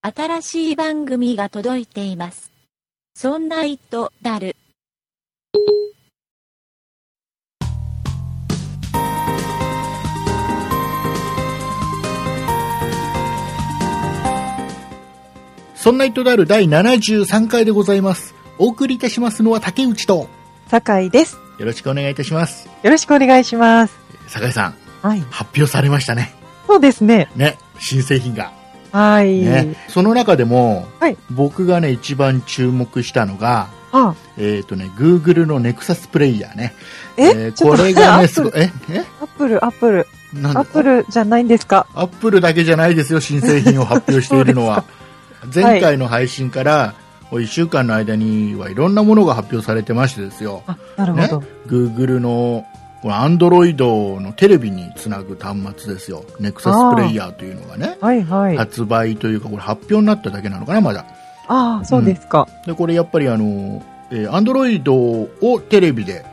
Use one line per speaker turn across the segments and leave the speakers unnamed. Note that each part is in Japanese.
新しい番組が届いています。そんな糸だる。
そんな糸である第73回でございます。お送りいたしますのは竹内と、
酒井です。
よろしくお願いいたします。
よろしくお願いします。
酒井さん、
はい。
発表されましたね。
そうですね。
ね、新製品が。
はい。
ね、その中でも、
はい
僕がね、一番注目したのが、
あ、
えっ、とね、Google の Nexus プレイヤーね。
え、
ー
ちょ
こ
っと
れがね、す
待
ご
っ
い
て、
え、え、
アップル、アップル、
なん
アップル、ア
だ
ップルじゃないんですか。
アップルだけじゃないですよ、新製品を発表している のは。
か
前回の配信から、1週間の間にはいろんなものが発表されてましてですよ。
あ、なるほど。
Google のこの Android のテレビにつなぐ端末ですよ。Nexus
あー
プレイヤーというのがね、
はいはい。あ
発売というか、これ発表になっただけなのかな、まだ。
あー、そうですか。
で、これやっぱりあの、えー Android をテレビで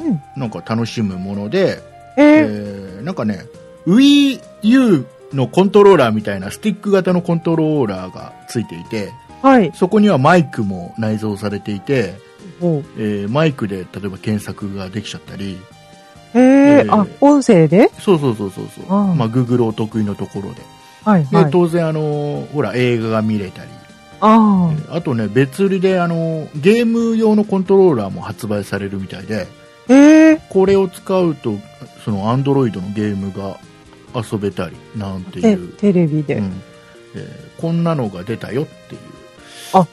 うん、
なんか楽しむもので、え
えー、
ーなんかね、Wii U のコントローラーみたいなスティック型のコントローラーがついていて、
はい。
そこにはマイクも内蔵されていて、
おう
えーマイクで例えば検索ができちゃったり、
え
えー
ー、あ、音声で
そうそうそうそうそう。
ああ
まあ、Google お得意のところで。
はい
で、
はい。
当然、あの、ほら、映画が見れたり、
あ
えあとね、別売りで、あの、ゲーム用のコントローラーも発売されるみたいで、
あ、えー、
これを使うと、その、Android のゲームが遊べたり、なんてい
で
う。
テレビで。
うんえーこんなのが出たよっていう。
あ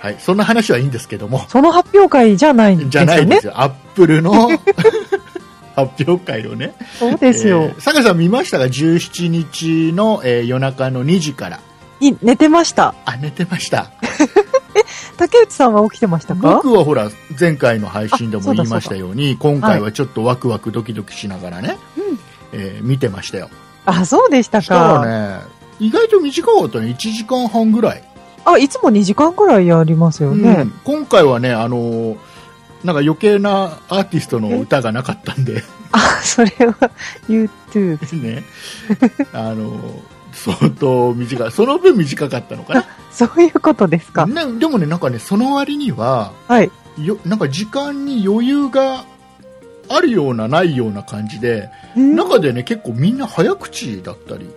はい、そんな話はいいんですけども、
その発表会じゃないんです
じ
よ
ゃ
ね。
ないですよ。アップルの 発表会をね、
そうですよ、
えー坂井さん見ましたが、17日の、えー夜中の2時から。
い寝てました。
あ、寝てました。
竹内さんは起きてましたか
僕はほら、前回の配信で
あ
も
そうだ
言いましたように、今回はちょっとワクワクドキドキしながらね、えー見てましたよ。
あ、そうでした
しかも
か。
ね、意外と短かったね。1時間半ぐらい。
あ、いつも2時間くらいやりますよ
う
ね
ん。今回はね、あのーなんか余計なアーティストの歌がなかったんで、
あ、それは YouTube。
ね、あのー相当短い。その分短かったのかな。
そういうことですか。
ね、でもね、なんかね、その割には、
はい。
よなんか時間に余裕があるようなないような感じで、
な
中でね結構みんな早口だったり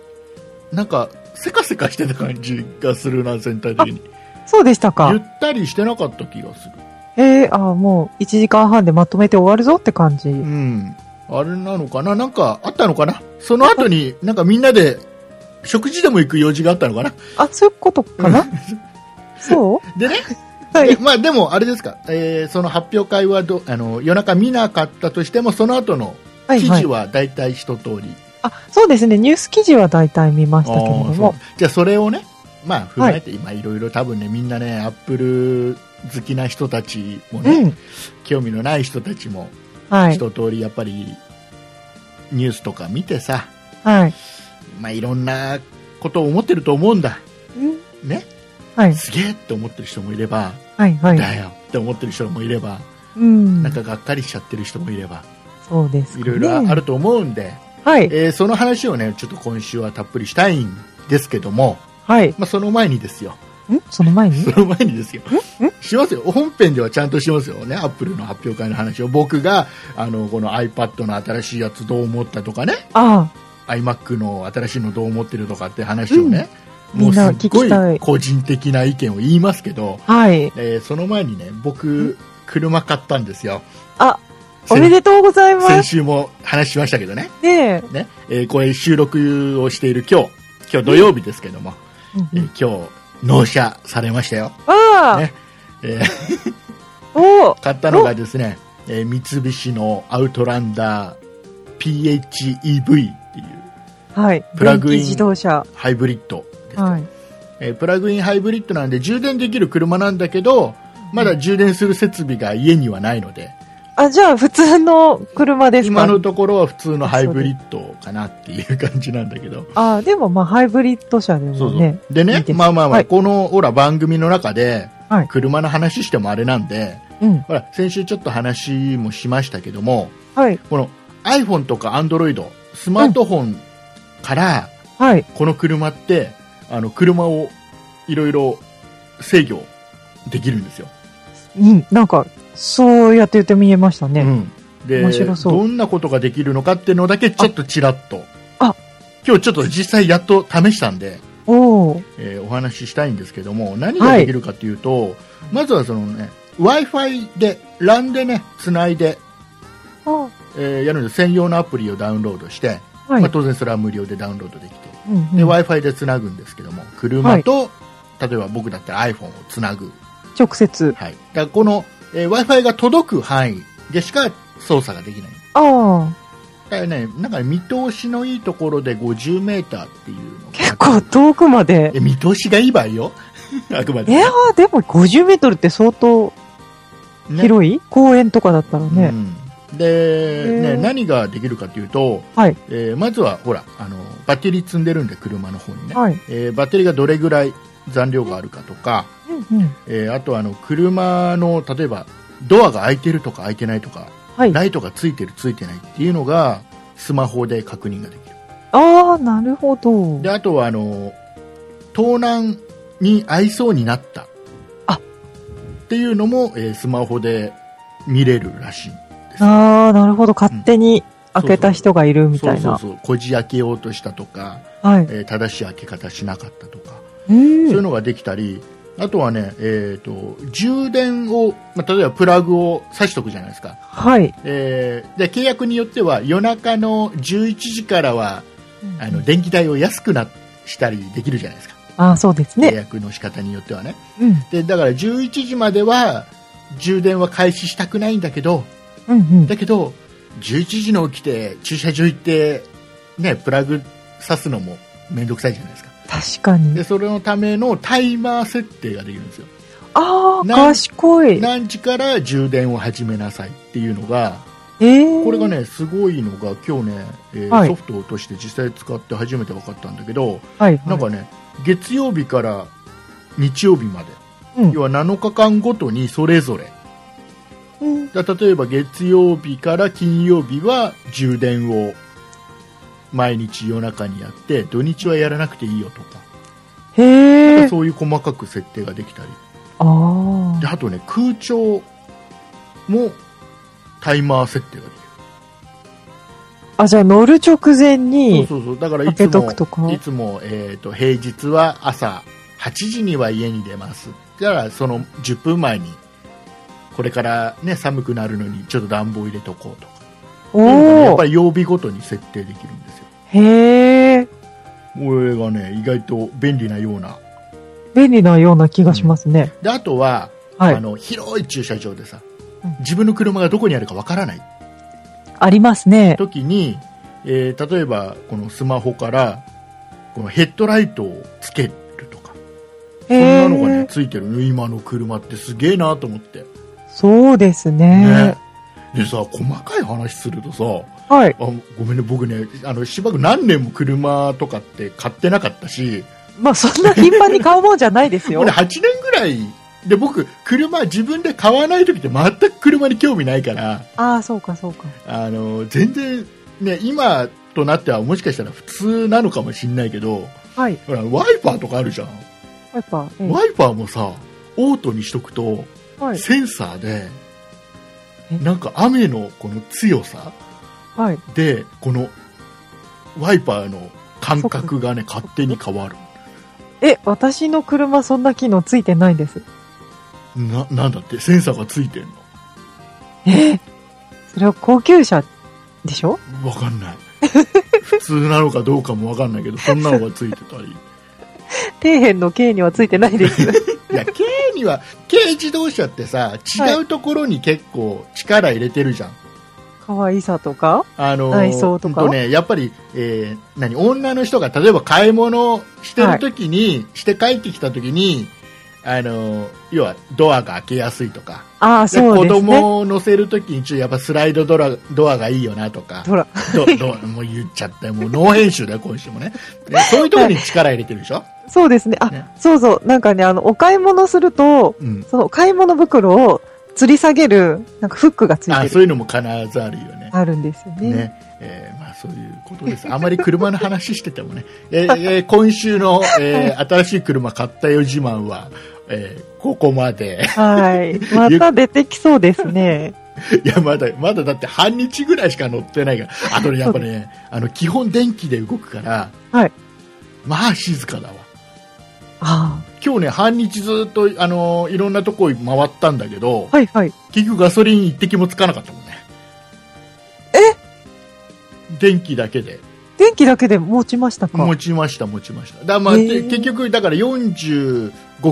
なんかせかせかしてた感じがするな全体的に
そうでした
ゆ
か。
ったりしてなかった気がする
えー、あもう1時間半でまとめて終わるぞって感じ。
うんあれなのかななんかあったのかなその後になんかみんなで食事でも行く用事があったのかな
あ、そういうことかなそ
でね、
うは
で
い。
まあでもあれですか、えーその発表会はどあの夜中見なかったとしてもその後の
はい、
記
は
事
い。
は大体一通り、
あ、そうですね。ニュース記事は大体見ましたけれど
あー
も
そう。じゃあそれをね、まあ、踏まえて、今いろいろ多分ねみんなねアップル好きな人たちも
う
ね、
ん。
興味のない人たちも
はい。
一通りやっぱりニュースとか見てさ、
はい。
まあ、いろんなことを思ってると思うんだ
うん
ね
はい。
すげえって思ってる人もいれば、
はい。はい。
だよって思ってる人もいれば、
うん
なん。かがっかりしちゃってる人もいれば
そうです
い
かね。
ろいろあると思うんで、
はい。
えーその話をねちょっと今週はたっぷりしたいんですけども、
はい。ん
まあ、その前にですよ
その前 に
その前にですよ。しますよ。本編ではちゃんとしますよね。アップルの発表会の話を。僕が、あの、この iPad の新しいやつどう思ったとかね。
あ
iMac の新しいのどう思ってるとかって話をね。
うん
もう
みん
す
な
っご
聞きた
い
い
個人的な意見を言いますけど、
あ。はい。
えーその前にね、僕、車買ったんですよ。
あ、
せ
おめでとうございま
先
す。
週も話しましたけどね。
ねえ。
ね。えーこれ収録をしている今日、今日土曜日ですけども、
うんう
え
ん
ー今日、納車されましたよ。
わ
ね
あ、
えー
おお
買ったのがですね、えー三菱のアウトランダー PHEV っていう
はい。
プラグイン
電気自動車。
ハイブリッドです、
はい。
えープラグインハイブリッドなんで充電できる車なんだけど、まだ充電する設備が家にはないので、
あ、じゃあ普通の車ですか
今のところは普通のハイブリッドかなっていう感じなんだけど。
あ、でもまあハイブリッド車で
そう
も
そう。
ね。
で
い
ね
いです
まあまあまあ、
はい
この、ほら、番組の中で
はい、
車の話してもあれなんで、
うん。
ほら、先週ちょっと話もしましたけども、
はい。
この iPhone とか Android、スマートフォンから、
はい。
この車ってあの車をいろいろ制御できるんですよ。
うん、なんか、そうやって言って見えましたね。
うん、で
面白そう
どんなことができるのかっていうのだけちょっとちらっと
あ
今日ちょっと実際やっと試したんで、
おお、
えーお話ししたいんですけども何ができるかというと、まずはそのね w i f i で LAN でねつないで、
あ
えーやるんです専用のアプリをダウンロードして、
はい。
まあ、当然それは無料でダウンロードできて
うんうん
で w i f i でつなぐんですけども車と、例えば僕だったら iPhone をつなぐ、
直接。
はい、だからこの、え w i f i が届く範囲でしか操作ができない
ああ、
だからね、なんか見通しのいいところで50メーターっていうのが
結構遠くまで。
え見通しがいい場合よ あくま
い
で、
やー、でも50メートルって相当
ね
広い、公園とかだったらね。
うん、で、
へ
ね、
ー
何ができるかというと、
はい
えーまずはほらあのバッテリー積んでるんで車の方にね、
はい。
えーバッテリーがどれぐらい残量があるかとか、
うんうん。
えーあとあの車の例えばドアが開いてるとか開いてないとか
はい。あ
ライトがついてるついてないっていうのがスマホで確認ができる
あー、なるほど
で。あとはあの盗難に遭いそうになった
あ
っていうのも、えースマホで見れるらしいんですよ
ああ、なるほど。勝手に開けた人がいるみたい
そう
な。
そうそうこじ開けようとしたとか、
はい。
えー正しい開け方しなかったとか、
う。
そういうんのができたりあとはね、えー、と充電を、まあ、例えばプラグを挿しとくじゃないですか、
はい。
えーで契約によっては夜中の11時からはあの電気代を安くなしたりできるじゃないですか
ああ、そうです
契
ね。
約の仕方によってはね
うん。
でだから11時までは充電は開始したくないんだけど
うんうん。
だけど11時の起きて駐車場行って、ね、プラグ挿すのも面倒くさいじゃないですか
確かに
で。それのためのタイマー設定ができるんですよ
ああ、
なん
賢い。
何時から充電を始めなさいっていうのが
えー、
これが。ねすごいのが今日ね、えー
はい
ソフトとして実際使って初めて分かったんだけど
はい、はい。
なんかね月曜日から日曜日まで、
うん
要は7日間ごとにそれぞれ
うん、
だ例えば月曜日から金曜日は充電を毎日夜中にやって土日はやらなくていいよとか、
へえ。
そういう細かく設定ができたり
あ
であとね空調もタイマー設定ができ
あ。あ、じゃあ乗る直前
る、
に、
そうそうそうだからいつ
開けと
も
くとか
いつも、えー、と平日は朝8時には家に出ますだからその10分前にこれから、ね、寒くなるのにちょっと暖房入れとこうとかっていうのがねや
お
っ
お
ぱ。り曜日ごとに設定できるんですよ
へえ。
これがね意外と便利なような
便利なような気がしますね。
であとは、
はい
あ。の広い駐車場でさ
うん
自分の車がどこにあるかわからない
ありますね。
時に、えー例えばこのスマホからこのヘッドライトをつけるとか
へ
そんな
え。
のがねついてるの今の車ってすげえなと思って、
そうですね
ね。でさ細かい話するとさ
はい。
あごめんね僕ねあのしばらく何年も車とかって買ってなかったし
まあ、そんな頻繁に買うもんじゃないで すよ
俺。8年ぐらいで僕車自分で買わない時って全く車に興味ないから
ああ、そうか、そうか。
あの全然ね今となってはもしかしたら普通なのかもしれないけど
はい。
ほらワイパーとかあるじゃん、
やっぱ、え
ワイパーもさオートにしとくと
はい。
センサーで
え
なんか雨のこの強さ
はい。
でこのワイパーの感覚がね勝手に変わる
え、私の車そんな機能ついてないです。
ななんだってセンサーがついてんの
えそれは高級車でしょ
わかんない 普通なのかどうかもわかんないけどそんなのがついてた り
底辺の K にはついてないです。
いや、軽には、軽自動車ってさ、違うところに結構力入れてるじゃん。
可愛さとか
あのー
ダイソーとか
ほんね、やっぱり、えー何、女の人が例えば買い物してる時に、して帰ってきた時に、あのー要はドアが開けやすいとか、
ああ、
で
そう
子
ですね。
供を乗せる時に、ちょっとやっぱスライドドラドアがいいよなとか、
ほら、
どどもう言っちゃって、もうノー編集だよ、今週もね。でそういうところに力入れてるでしょ、
そうですね。あ、
ね
そうそう。なんかね、あの、お買い物すると、
うん。
その買い物袋を吊り下げる、なんかフックがつ
あ、
いて
そう
る。
いうのも必ずあるよね。
あるんですよね。
ねえーまあ、そういうことです。あまり車の話しててもね。 えーえー今週の、えー新しい車買ったよ自慢は、えーここまで。
はい。また出てきそうですね。
いや、まだ、まだだって半日ぐらいしか乗ってないから。あとね、やっぱね、あの、基本電気で動くから、
はい。
まあ静かだわ。
あ
今日ね、半日ずっと、あのーいろんなとこ回ったんだけど、
あ。はいはい。
結局ガソリン一滴もつかなかったもんね。え電気だけで。
電気だけで持ちましたか
持ちました、持ちました。だまあ、
へー
で結局、だから45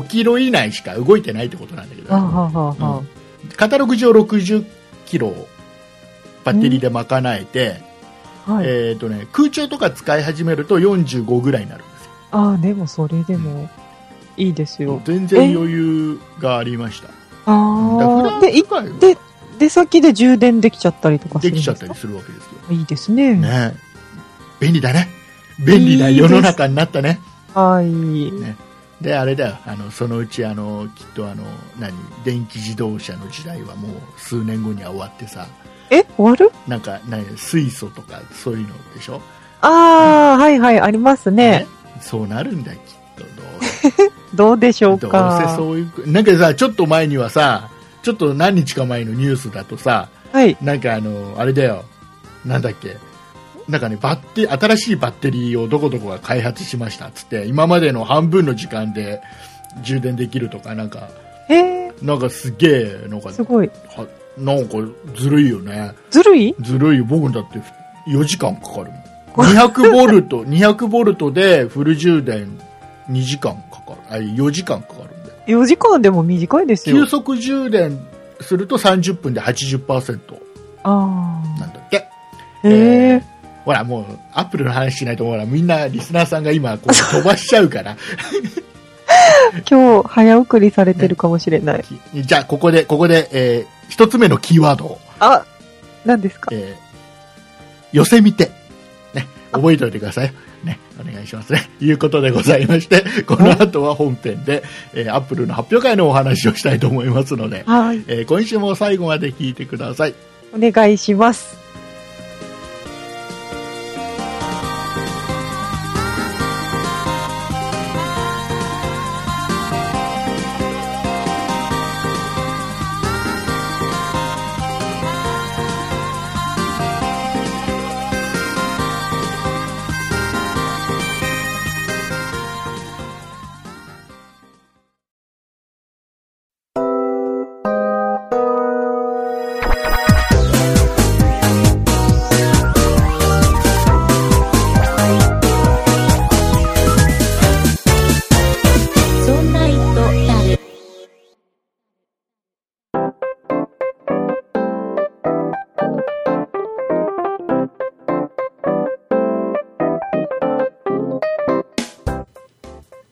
キロ以内しか動いてないってことなんだけ
あは
ど、
あはあはあ
うカタログ上60キロをバッテリーで賄えて、
はい。
えーとね、空調とか使い始めると45ぐらいになるんですよ。
ああ、でもそれでもいいですよ。
全然余裕がありました。だから
ああ。で、
普
い
段とか
で出先で充電できちゃったりとかす
で
るん
き
です
ちゃ
か
ったりするわけですよ。
いいですね。
ね、便利だね。便利ない
いで
世
す
の中になったね。
はい。
で、あれだよ。あの、そのうち、あの、きっと、あの、何、電気自動車の時代はもう数年後には終わってさ、
え、終わる
なんか、何、水素とかそういうのでしょ
ああ、はいはい、ありますね。
そうなるんだよ、きっと。
どうでしょ
どう
う
どうせ
か。
そういう、なんかさ、ちょっと前にはさ、ちょっと何日か前のニュースだとさ、
はい。
なんかあの、あれだよ。なんだっけ。なんかね、バッテ、新しいバッテリーをどこどこが開発しましたっつって、今までの半分の時間で充電できるとか、なんか、
へえ、
なんかすげえ、なんか、
すごい。
はなんかずるいよね。
ずるい
ずるいよ。僕だって4時間かかるもん。200ボルト、200ボ ルトでフル充電2時間かかる。あ、4時間かかるんだよ。
?4 時間でも短いです
急
よ。
速充電すると30分で80%
あ
なんだって。
あ。へえ。
ほら、もう、アップルの話しないと、ほら、みんな、リスナーさんが今、こう、飛ばしちゃうから。
今日、早送りされてるかもしれない。
きじゃあ、ここで、ここで、えー一つ目のキーワードを、
あ、何ですか
えー、寄せみて。ね、覚えておいてください。ね、お願いしますね。いうことでございまして、この後は本編で、えーアップルの発表会のお話をしたいと思いますので、
はい。
えー今週も最後まで聞いてください。
お願いします。
そんな糸だる。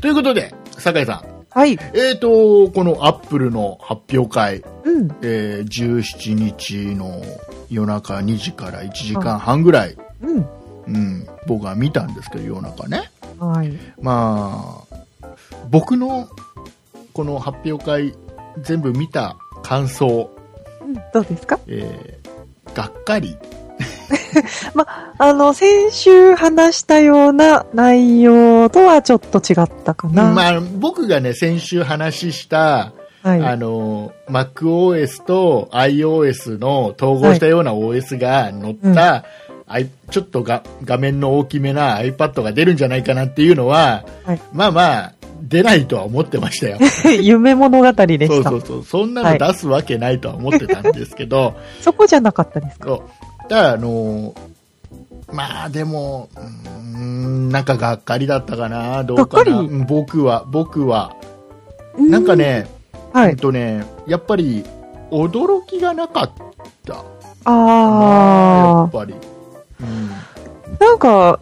ということで、酒井さん。
はい。
えーと、このアップルの発表会、
うん。
えー17日の夜中2時から1時間半ぐらい、
うん。
うん、僕は見たんですけど夜中ね
はい。
まあ僕のこの発表会全部見た感想、
どうですか
えーがっかり
あの、先週話したような内容とはちょっと違ったかな。
まあ、僕がね先週話した、
はい。
あの MacOS と iOS の統合したような OS が載った、あいちょっとが画面の大きめな iPad が出るんじゃないかなっていうのは、
はい
まあまあ出ないとは思ってましたよ
夢物語で
そう
した。
そ
そう
そうそんなの出すわけないとは思ってたんですけど、
こじゃなかったですか
そうだからあのまあでもうーんなんかがっかりだったかなどうかな
がっかり
うん僕は僕はなんか。ね、
うんは
えっ
い。
とね、やっぱり驚きがなかったなや
あ
っぱり、うん
あ。なんか、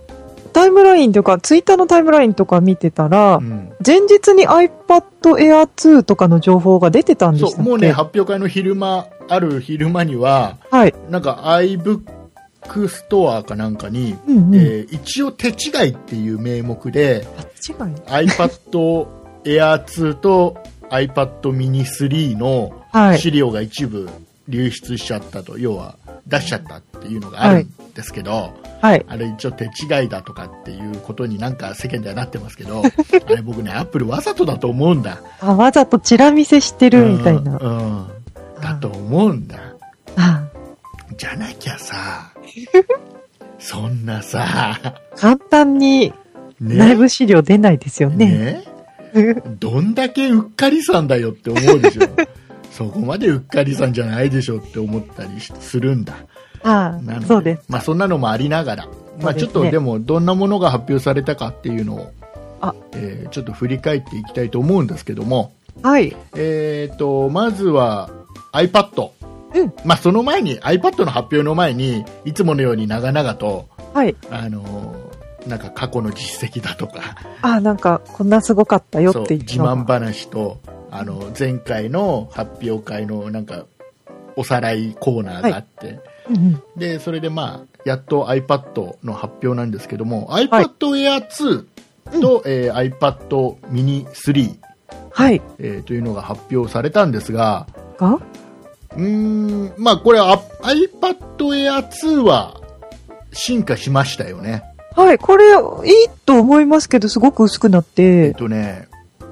タイムラインとか、ツイッターのタイムラインとか見てたら、
うん
前日に iPad Air 2とかの情報が出てたんで
そ
し
う
たっけ
もうね、発表会の昼間、ある昼間には、
はい。
なんか iBook ストアかなんかに、
うんうん。
えー一応手違いっていう名目で、
あ違い
iPad Air 2と iPad mini 3の
はい。
資料が一部流出しちゃったと要は出しちゃったっていうのがあるんですけど、
はい。
あれ一応手違いだとかっていうことになんか世間ではなってますけ どあれ僕ねアップルわざとだと思うんだ
あ、わざとチラ見せしてるみたいな。
うんうんだと思うんだ
あ
じゃなきゃ さそんなさ
簡単に
ね
内部資料出ないですよね。
ね どんだけうっかりさんだよって思うでしょ そこまでうっかりさんじゃないでしょって思ったりしするんだ
あ
なの
あ、
で
そうです。
まあ、そんなのもありながら、まあ、ちょっ
そうです
と
ね
でもどんなものが発表されたかっていうのを
あ
えーちょっと振り返っていきたいと思うんですけども、
はい。
えー、とまずは iPad、
うん
まあ、その前に iPad の発表の前にいつものように長々と、
はい。
あのーなんか過去の実績だとか
あ、なんか、こんなすごかったよ
そう
って言
自慢話とあの前回の発表会のなんかおさらいコーナーがあって、
うん
でそれでまあやっと iPad の発表なんですけども iPad Air 2と、えー iPad mini 3、
うん。はい。
えーというのが発表されたんですが
が
うーんまあこれあ iPad Air 2は進化しましたよね
はい。これ、いいと思いますけど、すごく薄くなっ。
えってとね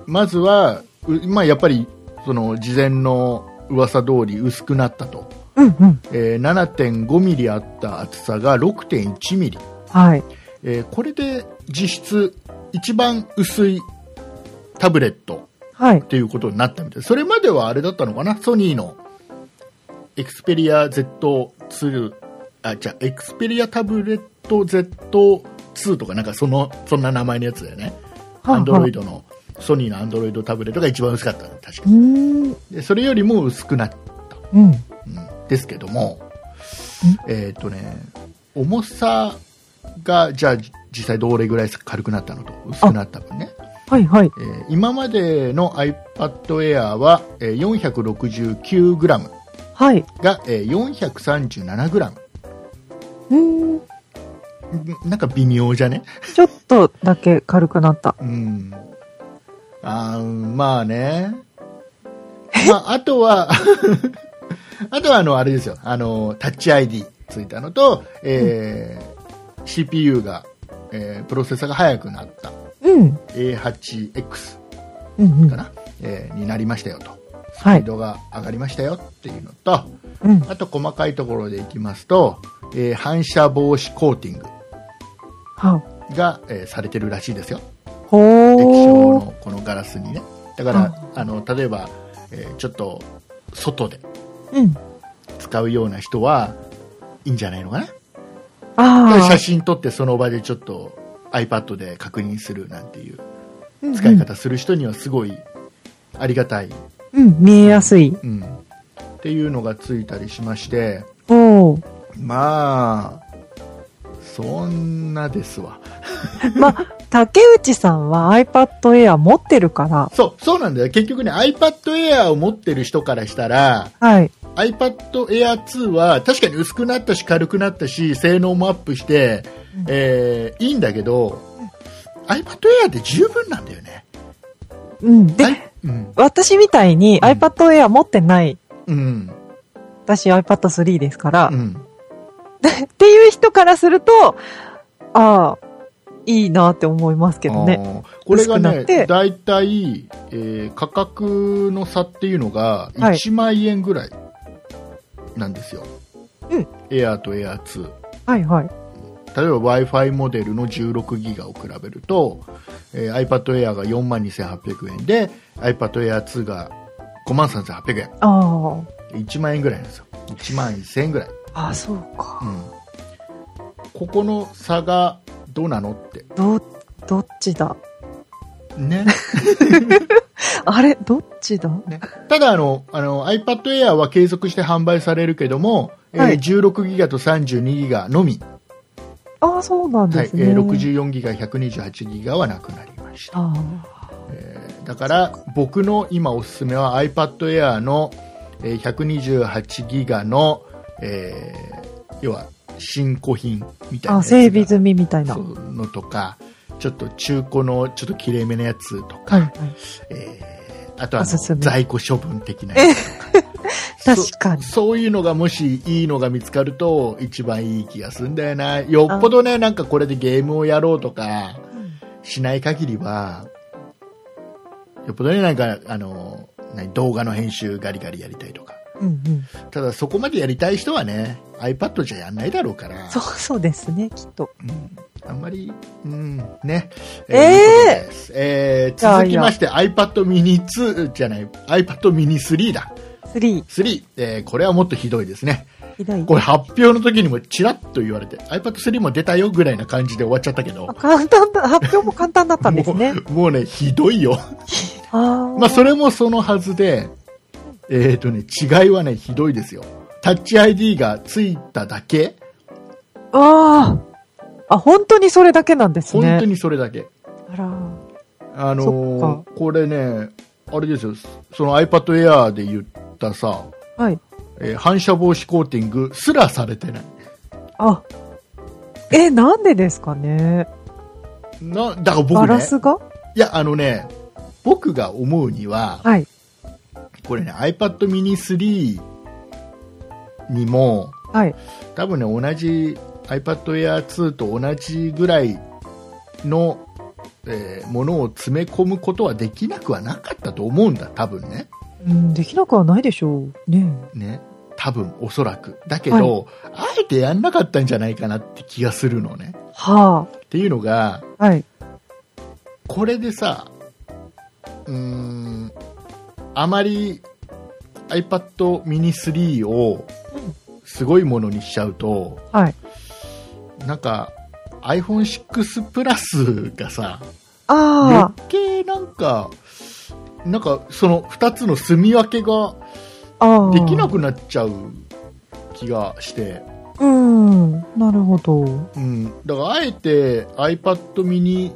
まずはうまあやっぱりその事前の噂通り薄くなったと、
うんうん。
えー7.5ミリあった厚さが6.1ミリ
はい。
えーこれで実質一番薄いタブレット
はい
っ。ていうことになったみたいですそれまではあれだったのかなソニーのエクスペリア Z2 あじゃエクスペリアタブレット Z2 とかなんかそのそんな名前のやつだよねア
は
ン
い
ドロ
は
イ
い。
ドのソニーのアンドロイドタブレットが一番薄かったの確
う
か
ーん。
でそれよりも薄くなった、
うん。
うん、ですけどもえーっ、とね重さがじゃあ実際どれぐらい軽くなったのと薄くなった分ね
はいはい。
えー今までの iPad Air は、えー 469g
はい。
が、えー 437g
うーん。
んなんか微妙じゃね
ちょっとだけ軽くなった。
うんあーまあね、まあ、あとは あとはあのあれですよあのタッチ ID ついたのと、えー CPU が、えープロセッサーが速くなった
うん。
A8X
うんうん
か。な、えーになりましたよとスピ
は
ー
い。
ドが上がりましたよっていうのと、
うん。
あと細かいところでいきますと、えー反射防止コーティング
は
が、えーされてるらしいですよ液晶
ほー。
のこのガラスにねだからあの例えば、えーちょっと外で
うん。
使うような人はいいんじゃないのかな
あ
写
あ。
真撮ってその場でちょっと iPad で確認するなんていう使い方する人にはすごいありがたい、
うん。うん。見えやすい。
うん、っていうのがついたりしまして
おー。
まあそんなですわ
まあ、竹内さんは iPad Air 持ってるから、
そう、そうなんだよ。結局ね、iPad Air を持ってる人からしたら、
はい。
iPad Air 2は確かに薄くなったし軽くなったし、性能もアップして、
うん
えーいいんだけど、iPad Air って十分なんだよね。
うん。で、
はいうん。
私みたいに
うん
iPad Air 持ってない、
うん。
私 iPad 3ですから、
う
っ
ん。
ていう人からすると、ああ、いいなって思いますけどね。
あーこれが
薄くな
ね
って、
だいたい、えー価格の差っていうのが
はい
1万円ぐらいなんですよ。
うん
Air と Air 2。
はいはい。
例えば w i f i モデルの16ギガを比べると、えー iPad Air が4万2800円で iPad Air 2が5万3800円
あ
1万円ぐらいなんですよ1万1000円ぐらい、
あ。ああ、そうか。
うん、ここの差がどうなのって
ど、どっちだ
ね
あれどっちだ
ね ただあのあの iPad Air は継続して販売されるけども、えー
はい
16ギガと32ギガのみ、
ああ、そうなん
は
で
い
す
え
ね。
ー、64ギガ128ギガはなくなりました
あ
だから僕の今おすすめは iPad Air のえー128ギガの、えー要は新古品みたいな
あ。あ
やつが
整備済みみたいな。
そ
は
うのとかちょっと中古のちょっときれいめなやつと
い
か、
はい。
えーあとはあ
おすす
の
め
在庫処分的なやつとか
確かに。
そういうのがもしいいのが見つかると一番いい気がするんだよな。よっぽどね、なんかこれでゲームをやろうとかしない限りは、よっぽどね、なんか、あの、何動画の編集ガリガリやりたいとか。
うんうん。
ただそこまでやりたい人はね、iPad じゃやんないだろうから。
そう、そうですね、きっと。
うんあんまり、うん、ね。
えー
えーえー
いやいや
続きまして iPad mini 2じゃない、iPad mini 3だ。
3、
3、えーこれはもっとひどいですね。
ひどい
こ。れ発表の時にもちらっと言われて、iPad 3も出たよぐらいな感じで終わっちゃったけど
あ。簡単だ、発表も簡単だったんですね。
もうもうね、ひどいよ。
あー
まあ、それもそのはずで、えっ、とね、違いはね、ひどいですよ。タッチ ID がついただけ
ああ。あ、本当にそれだけなんです
本
ね。
当にそれだけ。
あら。
あ
そ
の
っ
ーこれね、あれですよ、その iPad Air で言ったさ、
はい。
えー反射防止コーティングすらされてない。
あ。え、なんでですかね。
な、だから
ガ
僕
ラ
ね、
スが
いや、あのね、僕が思うには、
はい。
これね、iPad mini 3にも、
はい。
多分ね、同じ iPad Air 2と同じぐらいの、えーものを詰め込むことはできなくはなかったと思うんだ、多分ね。
うん、できなくはないでしょう。ね
ね、多分おそらく。だけど、あえてやんなかったんじゃないかなって気がするのね
え。。は
っていうのが、
あ。はい。
これでさ、うーん、あまり iPad mini 3をすごいものにしちゃうと、
はい。
なんか iPhone6 プラスがさ、
あ
余計なんか、なんかその2つの住み分けが
あ。ああ。
できなくなっちゃう気がして、
うん。なるほど。
うん、だからあえて iPad mini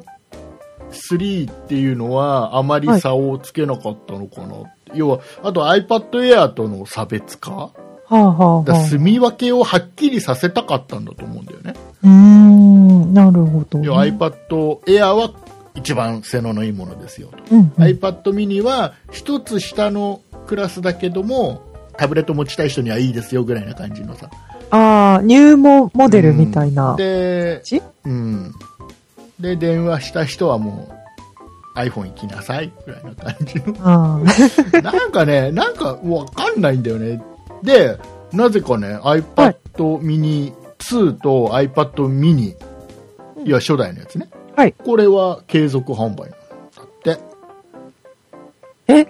3っていうのはあまり差をつけなかったのかな、要はあと iPad Air との差別化
はあはあは
だから
あ。
住み分けをはっきりさせたかったんだと思うんだよね、
うーん。なるほど、
要は iPad Air は一番性能のいいものですよと、
うん、うん。
iPad mini は一つ下のクラスだけどもタブレット持ちたい人にはいいですよぐらいな感じのさ
ああ、入門モデルみたいな。
で
ち
うん、で電話した人はもう iPhone 行きなさいぐらいな感じ の
あ
なんかねなんかわかんないんだよねでなぜかね iPad mini 2と iPad mini、い、や初代のやつね、
はい
これは継続販売だって
あ。え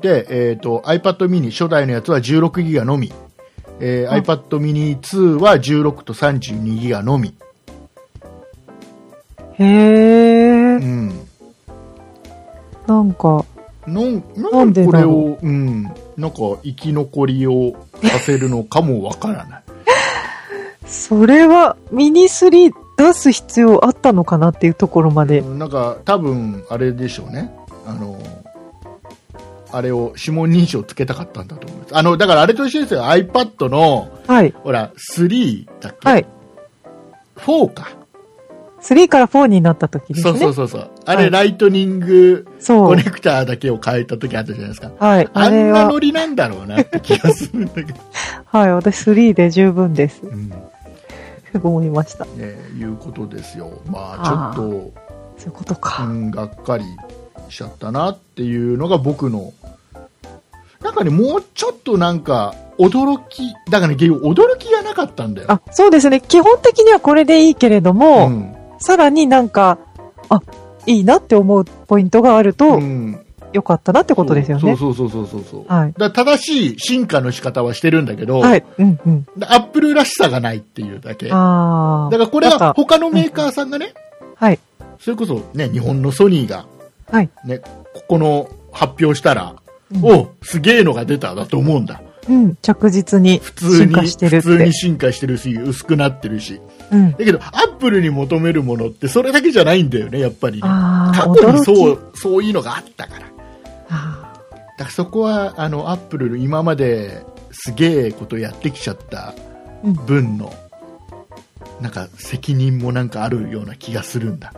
で、えー、と iPad mini 初代のやつは 16GB のみ、えー
うん
iPad mini 2は16と 32GB のみ、
へえ
う。ん、
なんか、
なんな
なんん
で
で
これ
だろう
を、うん、なんか生き残りをさせるのかもわから ない。
それはミニ3出す必要あったのかなっていうところまで。
うんなんか多分あれでしょうね。あの、あれを指紋認証つけたかったんだと思います。あの、だからあれと一緒ですよ。iPad の、
はい。
ほら、3だっけ、
はい。
?4 か。
3から4になった時です
そ
ね。
うそうそうそう。あれ、
はい
ライトニング
そ
コ
う
ネ。クターだけを変えた時あったじゃないですか。
はい。
あ
あ
ん
れ
な
は
ノ、リなんだろうなって気がするんだけど。
はい。私3で十分です。
うん。
思いました。
ね、いうことですよ。まあ、ちょっと、
そういうこと
う
か。
ん、がっかりしちゃったなっていうのが僕のなんかねもうちょっとなんか驚きだからね結局驚きがなかったんだよ
あ、そうですね。基本的にはこれでいいけれども、
うん
さらになんか、あ、いいなって思うポイントがあると、
うん、
よかったなってことですよね。
そうそうそうそうそうそう
はい。
だから正しい進化の仕方はしてるんだけど、
はい。うんうん。
だアップルらしさがないっていうだけだか
ああ。
らこれ
な
は
んか
他のメーカーさんがね、
はい。
それこそね日本のソニーが、
はい
ね、ここの発表したら、
うん
おすげえのが出ただと思うんだ
うん。着実に
普通
進
に
化してるっ
普
て。
通に進化してるし薄くなってるし
うん。
だけど、アップルに求めるものってそれだけじゃないんだよね、やっぱりね、
ああ、
過去に
驚き。
そう、そういうのがあったから。だか
あ
らそこは、あの、アップルの今まですげえことやってきちゃった
うん
分の、なんか責任もなんかあるような気がするんだ。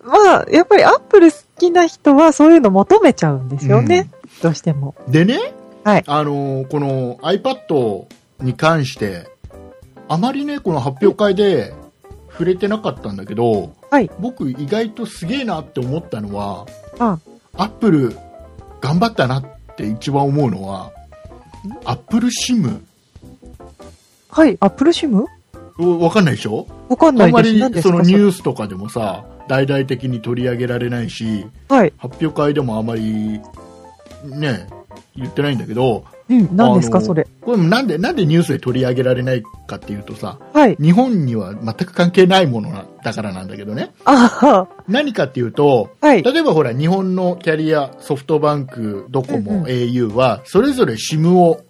ーまあ、やっぱりアップル好きな人はそういうの求めちゃうんですよね。どうしても。
でね、
はい
あのーこの iPad に関して、あまりね、この発表会で触れてなかったんだけど、
はい
僕、意外とすげえなって思ったのは、
あ
Apple、頑張ったなって一番思うのは、Apple SIM、
はい、アップルシム
おわかんないでしょ
わかん
あ
なんい
ま
です。
り
何です
その
か
ニュースとかでもさ、大々的に取り上げられないし、
それはい。
発表会でもあまり、ね、言ってないんだけど、
うん、何です
あ
か、
の
それ。。
これもなんで、なんでニュースで取り上げられないかっていうとさ、
はい。
日本には全く関係ないものなだからなんだけどね。
あ
何かっていうと、
あ、はい。
例えばほら、日本のキャリア、ソフトバンク、ドコ
うんうん
モ、au は、それぞれ SIM を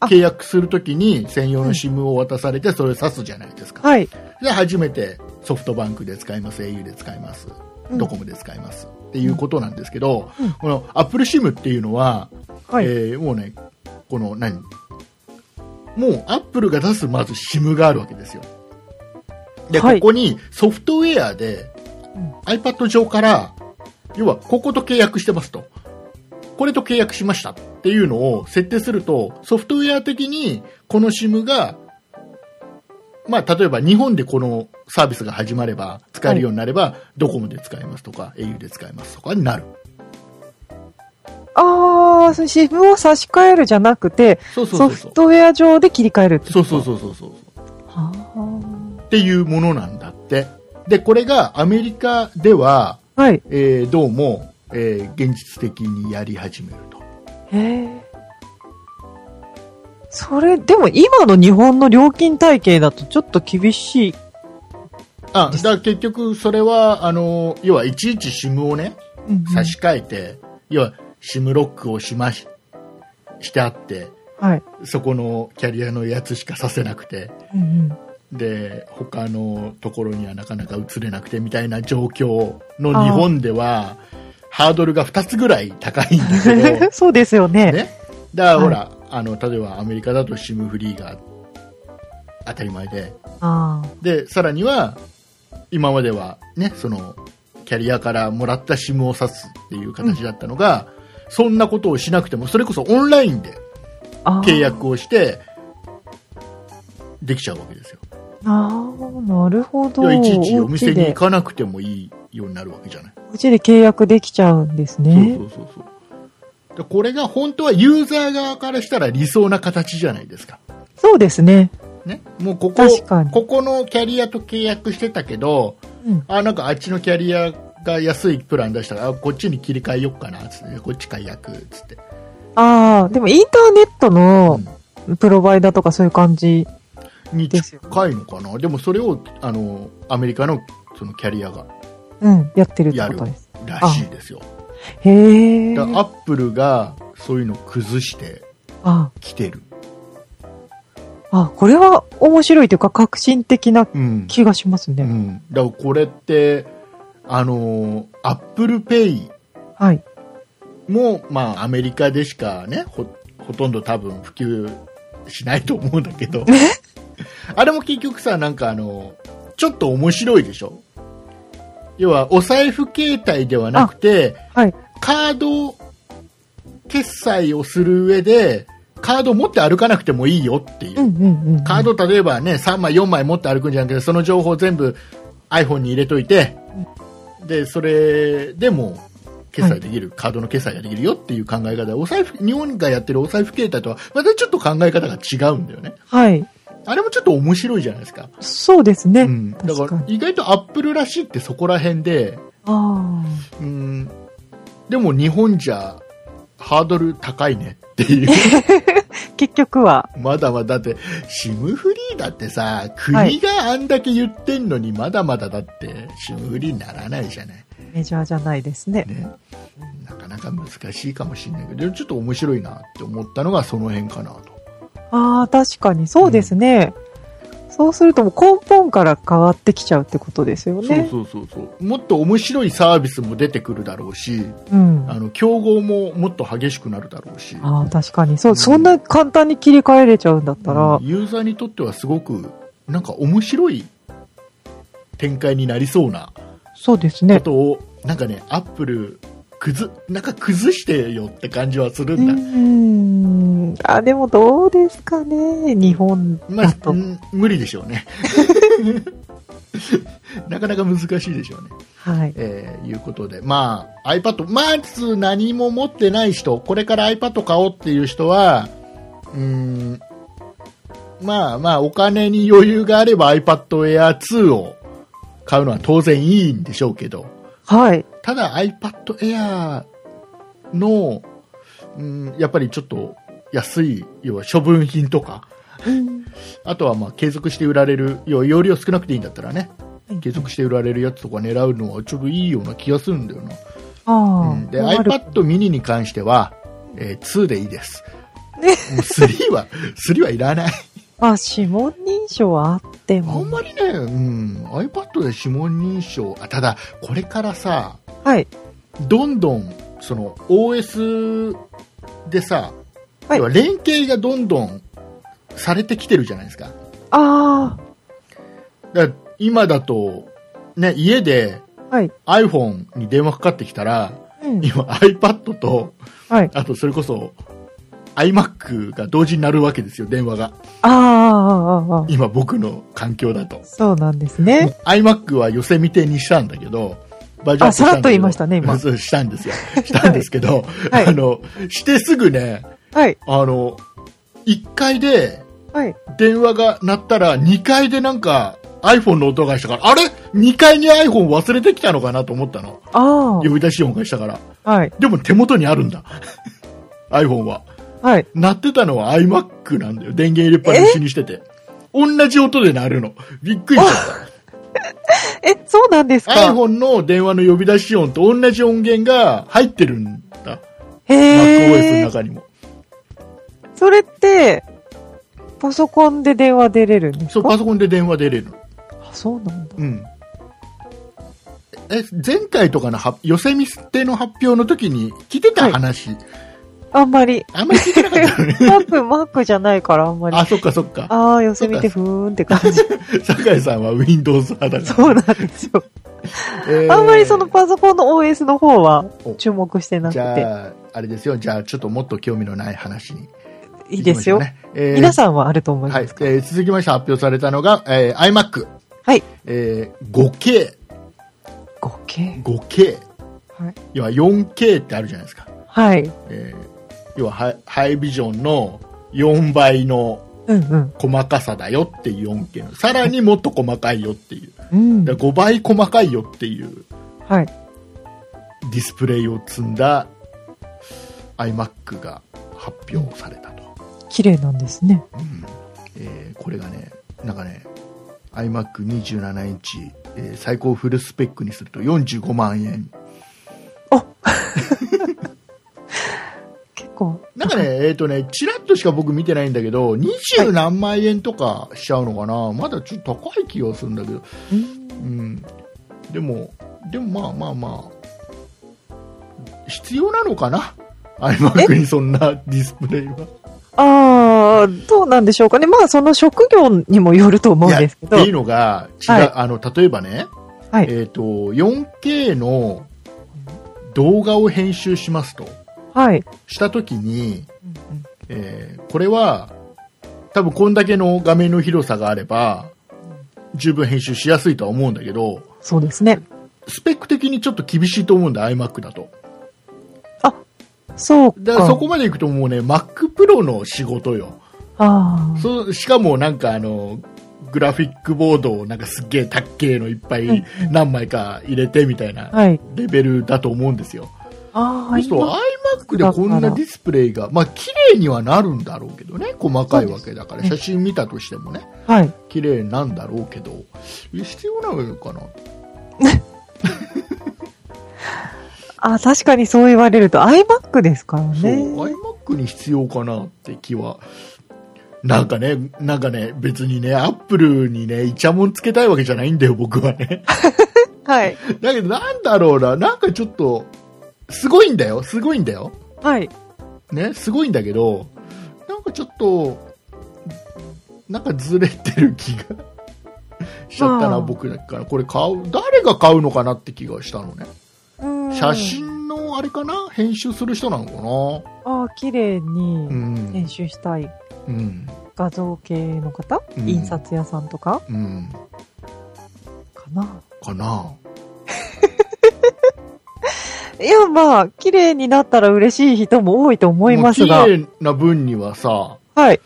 あ
契約するときに専用の SIM を渡されて、それを指すじゃないですか。
はい。
で、初めてソフトバンクで使います、au で使います、
うん
ドコモで使いますっていうことなんですけど
うん、
この Apple SIM っていうのは、
はい。
えーもうね、この何もうアップルが出すまず SIM があるわけですよ。で、
はい
ここにソフトウェアで、
うん
iPad 上から、要はここと契約してますと。これと契約しましたっていうのを設定すると、ソフトウェア的にこの SIM が、まあ、例えば日本でこのサービスが始まれば、使えるようになれば、ドコモで使えますとか、au で使えますとかになる。
ああ、そのシムを差し替えるじゃなくて、
そうそうそ
ソ
うそ
フ
う。
トウェア上で切り替えるってこと
そうそうそうそうそう。
あ
っていうものなんだって。で、これがアメリカでは、
ーはい。
えーどうも、えー現実的にやり始めると。
へえ。それ、でも今の日本の料金体系だとちょっと厳しい。
あ、だから結局それは、あの、要はいちいち SIM をね、
うん
差し替えて、要は SIM ロックをしまし、してあって、
はい。
そこのキャリアのやつしかさせなくて、
うんうん
で、他のところにはなかなか移れなくてみたいな状況の日本では、ハードルが2つぐらい高いんだけ ど、
そうですよね。
ね、だから
はい
ほら、あの例えばアメリカだと SIM フリーが当たり前で
あ
でさらには今までは、ね、そのキャリアからもらった SIM を指すっていう形だったのが、そんなことをしなくてもそれこそオンラインで
ーあー。
契約をしてできちゃうわけですよ
ああ、なるほ
要
ど。
はいちいちお店に
お家
行
で
かなくてもいいようになるわけじゃない。
うちで契約できちゃうんですね。
そうそうそうそうでこれが本当はユーザー側からしたら理想な形じゃないですか。
そうですね。
ね、もうここ
確かに
ここのキャリアと契約してたけど
うん。
あなんかあっちのキャリアが安いプラン出したからあこっちに切り替えよっかなつってこっち解約つって、
ああ、でもインターネットの
う
プロバイダーとかそういう感じ。
ん、に
ですよ
近いのかなでもそれをあのアメリカのそのキャリアが
うん、やってるってことです。
らしいですよ
へえ。
だからアップルがそういうのを崩して
あ、
きてる、
あ、これは面白いというか革新的な
うん
気がします
う
ね。
ん、だからこれってあのアップルペイ
はい。
もう、まあ、アメリカでしかねほほとんど多分普及しないと思うんだけど あれも結局さなんかあのちょっと面白いでしょ要はお財布携帯ではなくて
はい。
カード決済をする上でカード持って歩かなくてもいいよっていう
う、んうんうん。
カード例えばね3枚4枚持って歩くんじゃなくてその情報全部 iPhone に入れといてでそれでも決済できる、カードの決済ができるよっていう考え方お財布日本がやってるお財布携帯とはまたちょっと考え方が違うんだよね
はい。
あれもちょっと面白いじゃないですか、
そうですね。
うん、だ
確
か
からに。
意外とアップルらしいってそこら辺で
あ
うんでも日本じゃハードル高いねっていう
あ。結局は。
まだまだだって SIM フリーだってさ国があんだけ言ってんのにまだまだだって SIM フリーにならないじゃない、
メジャーじゃないですね。
ね、なかなか難しいかもしれないけどちょっと面白いなって思ったのがその辺かなと
ああ、確かに。そうですね。そうするともう根本から変わってきちゃうってことですよね。
そうそうそうそうもっと面白いサービスも出てくるだろうし
うん。
あの競合ももっと激しくなるだろうし
ああ、確かに。そう、
うん
そんな簡単に切り替えれちゃうんだったら、
うんユーザーにとってはすごくなんか面白い展開になりそうな
そうで す
こ
ね。
とをなんかねアップル崩なんか崩してよって感じはする
うん
だ、
ん。あ、でもどうですかね。日本
ま
だ
あ、
と。
うん無理でしょうね なかなか難しいでしょうね、
はい。
えーいうことで、まあ、iPad まず何も持ってない人これから iPad 買おうっていう人はうーんまあまあお金に余裕があれば iPad Air2 を買うのは当然いいんでしょうけど、
はい。
ただ iPad Air の、うん、やっぱりちょっと安い、要は処分品とか、あとはまあ継続して売られる、要は容量少なくていいんだったらね、継続して売られるやつとか狙うのはちょっといいような気がするんだよな。
ああ、
うん、で、
困る
iPad mini に関しては、えー2でいいです。
ね
もう3は、3はいらない。
まあ、指紋認証はあって
あ
も
ん。まりね、うん、iPad で指紋認証、あただ、これからさ、
はい。
どんどんその OS でさ、
はい
要は連携がどんどんされてきてるじゃないですか。
あ
だから今だと、ね、家で
あ、はい。
iPhone に電話かかってきたら、
うん。
今 iPad と、
はい。
あとそれこそ iMac が同時になるわけですよ、電話が。
ああ、ああ、ああ。
今僕の環境だと。
そうなんですね。
iMac は寄せみてにしたんだけど、バージョンアップ
あさらっと言いましたね 今
そうしたんですよ。したんですけど、
はい
あの、してすぐね、
はい。
あの、1階で
はい。
電話が鳴ったら、2階でなんか iPhone の音がしたから、あれ ?2 階に iPhone 忘れてきたのかなと思ったの。
あ
呼び出し音がしたから。
あ、はい。
でも手元にあるんだ。iPhone は。
はい。
鳴ってたのは iMac なんだよ。電源入れっぱなしにしてて。同じ音で鳴るの。びっくりした。
え、そうなんですか
iPhone の電話の呼び出し音と同じ音源が入ってるんだ。MacOS
へ
の
え。
中にも。
それって、パソコンで電話出れるんです
そう、
か
パソコンで電話出れるの。
あそうなんだ。
うん。え、前回とかのは、寄せ見捨ての発表の時に聞いてた話、
あん まり。。
あんまり聞いてなかったのね
マーク、マークじゃない からあんまり。
あ、そっかそっか。
ああ、寄せ見てふーんって 感じ。
酒井さんは Windows 派だか
そうなんですよ。
ら。えー
あんまりそのパソコンの OS の方は注目してなく
じ
て。
ゃあ、あれですよ。じゃあ、ちょっともっと興味のない話に。
いいですよ。
きましょうね。えー
皆さんはあると思い
は
ま
い、え
す。
ー続きまして発表されたのが、えー iMac。
はい。
えー 5K、
5 k
5K。
はい。
要は 4K ってあるじゃないですか。
はい。
えー要はハイハイビジョンの4倍の
うん
細かさだよっていう 4K のさらにもっと細かいよっていう
うん。うん
だ。5倍細かいよっていう
はい。
ディスプレイを積んだ iMac が発表されたと、
綺麗なんですね。
うんえーこれがねなんかね iMac27 インチ、えー最高フルスペックにすると45万円
結構。
なんかね、えっ、とね、ちらっとしか僕見てないんだけど、二十何万円とかしちゃうのかな、まだちょっと高い気がするんだけど、
うん
うん、でも、でもまあまあまあ、必要なのかな、iMac にそんなディスプレイは。
ああ、どうなんでしょうかね。まあ、その職業にもよると思うんですけど
いやってい。うのが、違う、
はい
あの例えばね、
はい
えっと、4K の動画を編集しますと、
はい。
したときに、えーこれは多分こんだけの画面の広さがあれば十分編集しやすいとは思うんだけど
そうですね。
スペック的にちょっと厳しいと思うんだ iMac だと
そう
だから
か。
そこまでいくともうね MacPro の仕事よ
あ
そうしかもなんかあのグラフィックボードをなんかすっげえ高いのいっぱ
うんう
い
ん
何枚か入れてみたいな
あ。はい。
レベルだと思うんですよ、
ああ、
そうすると iMac でこんなディスプレイがまあ綺麗にはなるんだろうけどね細かいわけだから
そう
写
で
真見たとしてもね
はい。
綺麗なんだろうけど必要なのかな
あ、確かにそう言われると iMac ですから
そう
ね。
iMac に必要かなって気はなんかねなんかね別にねアップルにねイチャモンつけたいわけじゃないんだよ僕はね
はい。
だけどなんだろうななんかちょっとすごいんだよすごいんだよ
はい。
ねすごいんだけどなんかちょっとなんかずれてる気が しちゃった
ま
な
あ
僕だからこれ買う誰が買うのかなって気がしたのね
うん
写真のあれかな編集する人なのか
ああ、綺麗
なう
に編
ん。
集したい
うん。
画像系の方、
うん
印刷屋さんとか
うん。
かな。
かない
や、まあ、綺麗になったら嬉しい人も多いと思います
まあ
が。
綺麗な分にはさ、
はい。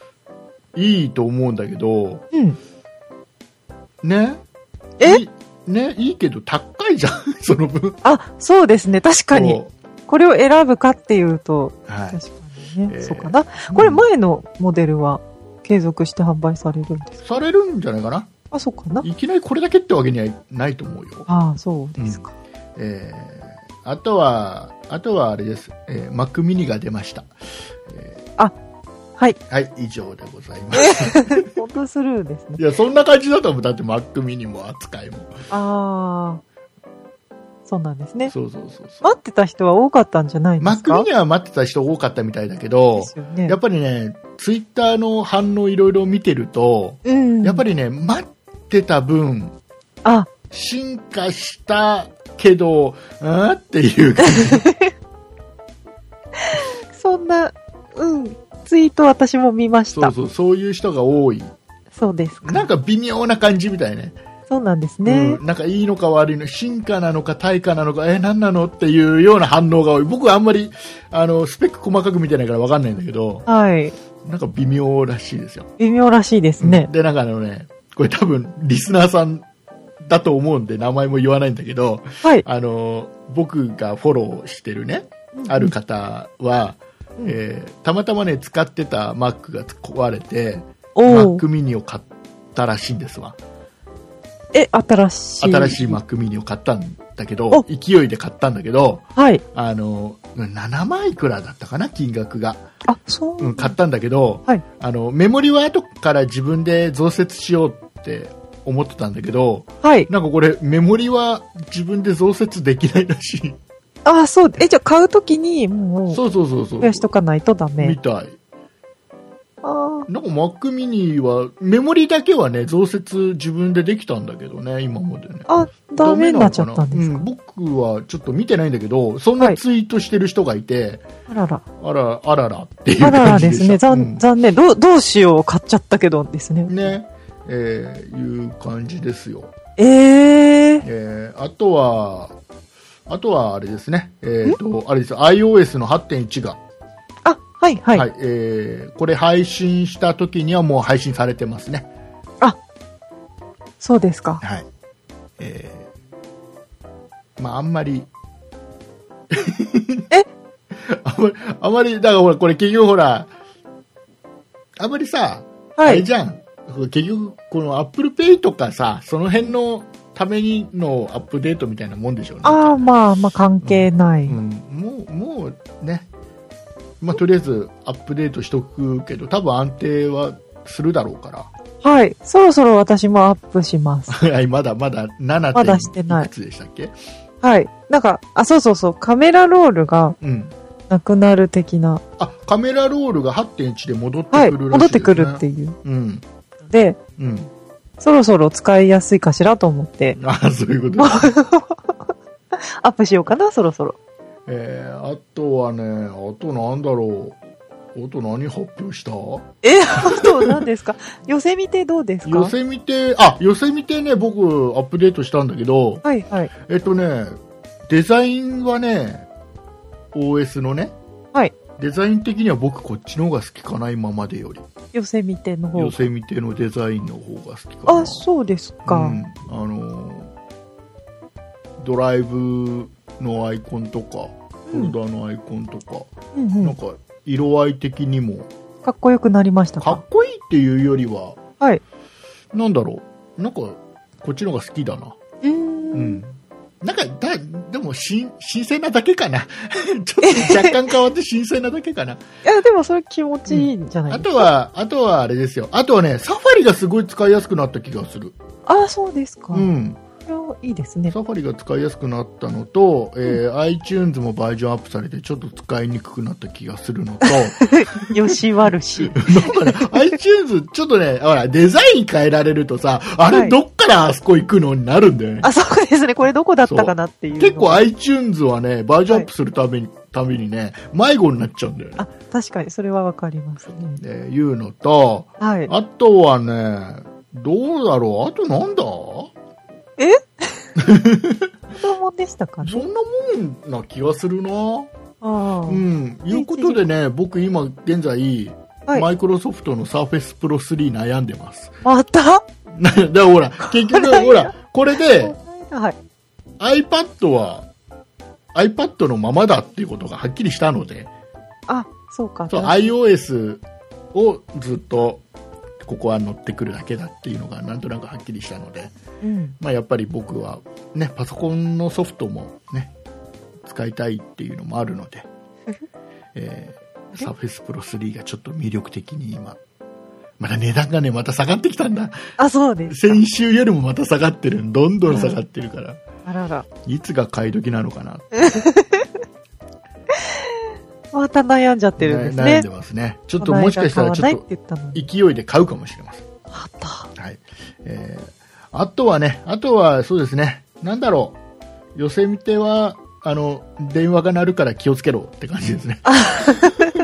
いいと思うんだけど、
うん。
ね
え
いいね、いいけど高いじゃん、 その分。
あ、そうですね。確かに。
そ
これを選ぶかっていうと、
う。は
確かにね、
えー
そうかな。これ前のモデルは継続して販売されるんですか
されるんじゃないかな。
あ、そうかない
きなりこれだけってわけにはいないと思うよ。
ああ、そうですか。
えー、あとは、あとはあれです。えー、Mac mini が出ました。
はい。
はい、以上でございます。
ポップスルーですね
い。や、そんな感じだと思う。だって Mac mini も扱いも。
ああ。そうなんですね。
そうそうそうそう。
待ってた人は多かったんじゃないで
Mac
すか
mini は待ってた人多かったみたいだけど
で、すよね
や。っぱりね、ツイッターの反応いろいろ見てると、
うん
やっぱりね、待ってた分、
あ、
進化したけど、うんっていう感じ。
そんな、うん、ツイート私も見まし
そ
た。
う
そう
そう、そういう人が多い。
ですか。
なんか微妙な感じみたいね。
そうなんですね。
うん、なんかいいのか悪いの、進化なのか退化なのか、え、何なのっていうような反応が多い。僕はあんまり、あの、スペック細かく見てないからわかんないんだけど、
はい。
なんか微妙らしいですよ。
微妙らしいです
う
ね
ん。で、なんかあのね、これ多分、リスナーさんだと思うんで、名前も言わないんだけど、
はい。
あの、僕がフォローしてるね、ある方は、
うん
えーたまたまね、使ってた Mac が壊れて、
おう
Mac mini を買ったらしいんですわ。
え、新しい。
新しい Mac mini を買ったんだけど
お、
勢いで買ったんだけど、
はい。
あの、7万いくらだったかな、金額が。
あ、そう。
うん、買ったんだけど、
はい
あの、メモリは後から自分で増設しようって思ってたんだけど、
はい。
なんかこれ、メモリは自分で増設できないらしい。
あ、そう。え、じゃあ買うときに、もう、
そうそうそうそう。
増やしとかないとダメ
み。たい。
あ
なんか Mac mini は、メモリだけはね、増設自分でできたんだけどね、今までね。
あ、あダメになっちゃったんです
ダメなの
か。
かなうん僕はちょっと見てないんだけど、そんなツイートしてる人がいて、
あらら。
あら、あららっていう
あら
感
ら
じ
で
でし
す
た。
ね。残残念。どう、どうしよう。買っちゃったけどですね
うん。ね、えーいう感じですよ。
ええ。
えーあとは、あとはあれですね、えっ、と、あれですよ iOS の8.1が、
あ、はい、は
はい
い。
えーこれ配信した時にはもう配信されてますね。
そうですか。
はい。えーまああんまり、
え
あんまり、あんまり、だからほら、これ結局ほら、あんまりさ、
は
あれ
い。
じゃん。結局、この Apple Pay とかさ、その辺のためにのアップデートみたいなもんでしょうね。
ああ、まあ、まあ、関係な
う
い。
ん、もう、もうね、まあ、とりあえずアップデートしとくけど、多分安定はするだろうか
はい。そろそろ私もアップ します。
ら。はい、まだまだ7
まだしてない
いくつでしたっけ
はい。なんか、あ、そうそうそう、カメラロールが
うん。
なくなる的な、
あ、カメラロールが8.1で戻ってくるらしい
はい、
です、ね。
戻ってくるって。いう
うん。
ので、
うん。
そろそろ使いやすいかしらと思って、
あ、そういう ことです。
アップしようかな、そろそろ。
えー、あとはね、あとなんだろう。あと何発表した
え、 あと何ですか寄せ見てどうです
寄
か
せ見て、あ、寄せ見てね、僕アップデートしたんだけど、
はい、はい。
えっとね、デザインはね、OS のね、
はい
デザイン的には僕こっちの方が好きかな、今までより。
寄せ見ての方
寄。せ見てのデザインの方が好きかな。
あ、そうですか。
うんあのー、ドライブのアイコンとか、フォルダのアイコンとか、
うんう
なん
ん。
か色合い的にも、
かっこよくなりました
か
か
っこいいっていうよりは、
はい。
なんだろう、なんかこっちの方が好きだな。
うーん
う。んなんかだ、でも新、新鮮なだけかな。 ちょっと若干変わって新鮮なだけ かな。
いや、でもそれ気持ちいいんじゃない
あ
ですか、
とは、あとはあれですよ。あとはね、サファリがすごい使いやすくなった気がする。
ああ、そうですか。
うん。
れはいいですね。
サファリが使いやすくなったのと、えー iTunes もバージョンアップされてちょっと使いにくくなった気がするのと
よし悪
な
し。
んかね iTunes ちょっとねほらデザイン変えられるとさあ
は
れ
い
どっからあそこ行くのになるんだよね、
あ、そうですね。これどこだったかなっていうのが。
結構 iTunes はねバージョンアップするたびに,、たびにね迷子になっちゃうんだよね
あ、確かにそれはわかりますね。
っていうのと
はい。
あとはねどうだろうあとなんだ
子もんでしたかね
そ。んなもんな気がするな
あ
う
ー
ん、いうことでね、僕今現在、
は
マ
い。
イクロソフトの Surface Pro 3悩んでます。
また
だからほら、結局ほら、これで
はい。
iPad は iPad のままだっていうことがはっきりしたので、
あ、そうか。
そう iOS をずっとここは乗ってくるだけだっていうのがなんとなくはっきりしたので、
うん。
まあ、やっぱり僕は、ね、パソコンのソフトも、ね、使いたいっていうのもある ので、えー、サフェスプロ3がちょっと魅力的に今、まだ値段がね、また下がってきたんだ。
あ、そ うですか。
先週よりもまた下がってる。どんどん下がってるから、
あらら。
いつが買い時なのかな、
また悩んじゃってるんです
悩
ね
んで。ますね。ちょっともしかしたらちょ
買
っ
わな
と
いって言ったのに。
勢いで買うかもしれません。
あった。
はい。えーあとはね、あとはそうですね、なんだろう、寄せ見ては、あの、電話が鳴るから気をつけろって感じですね。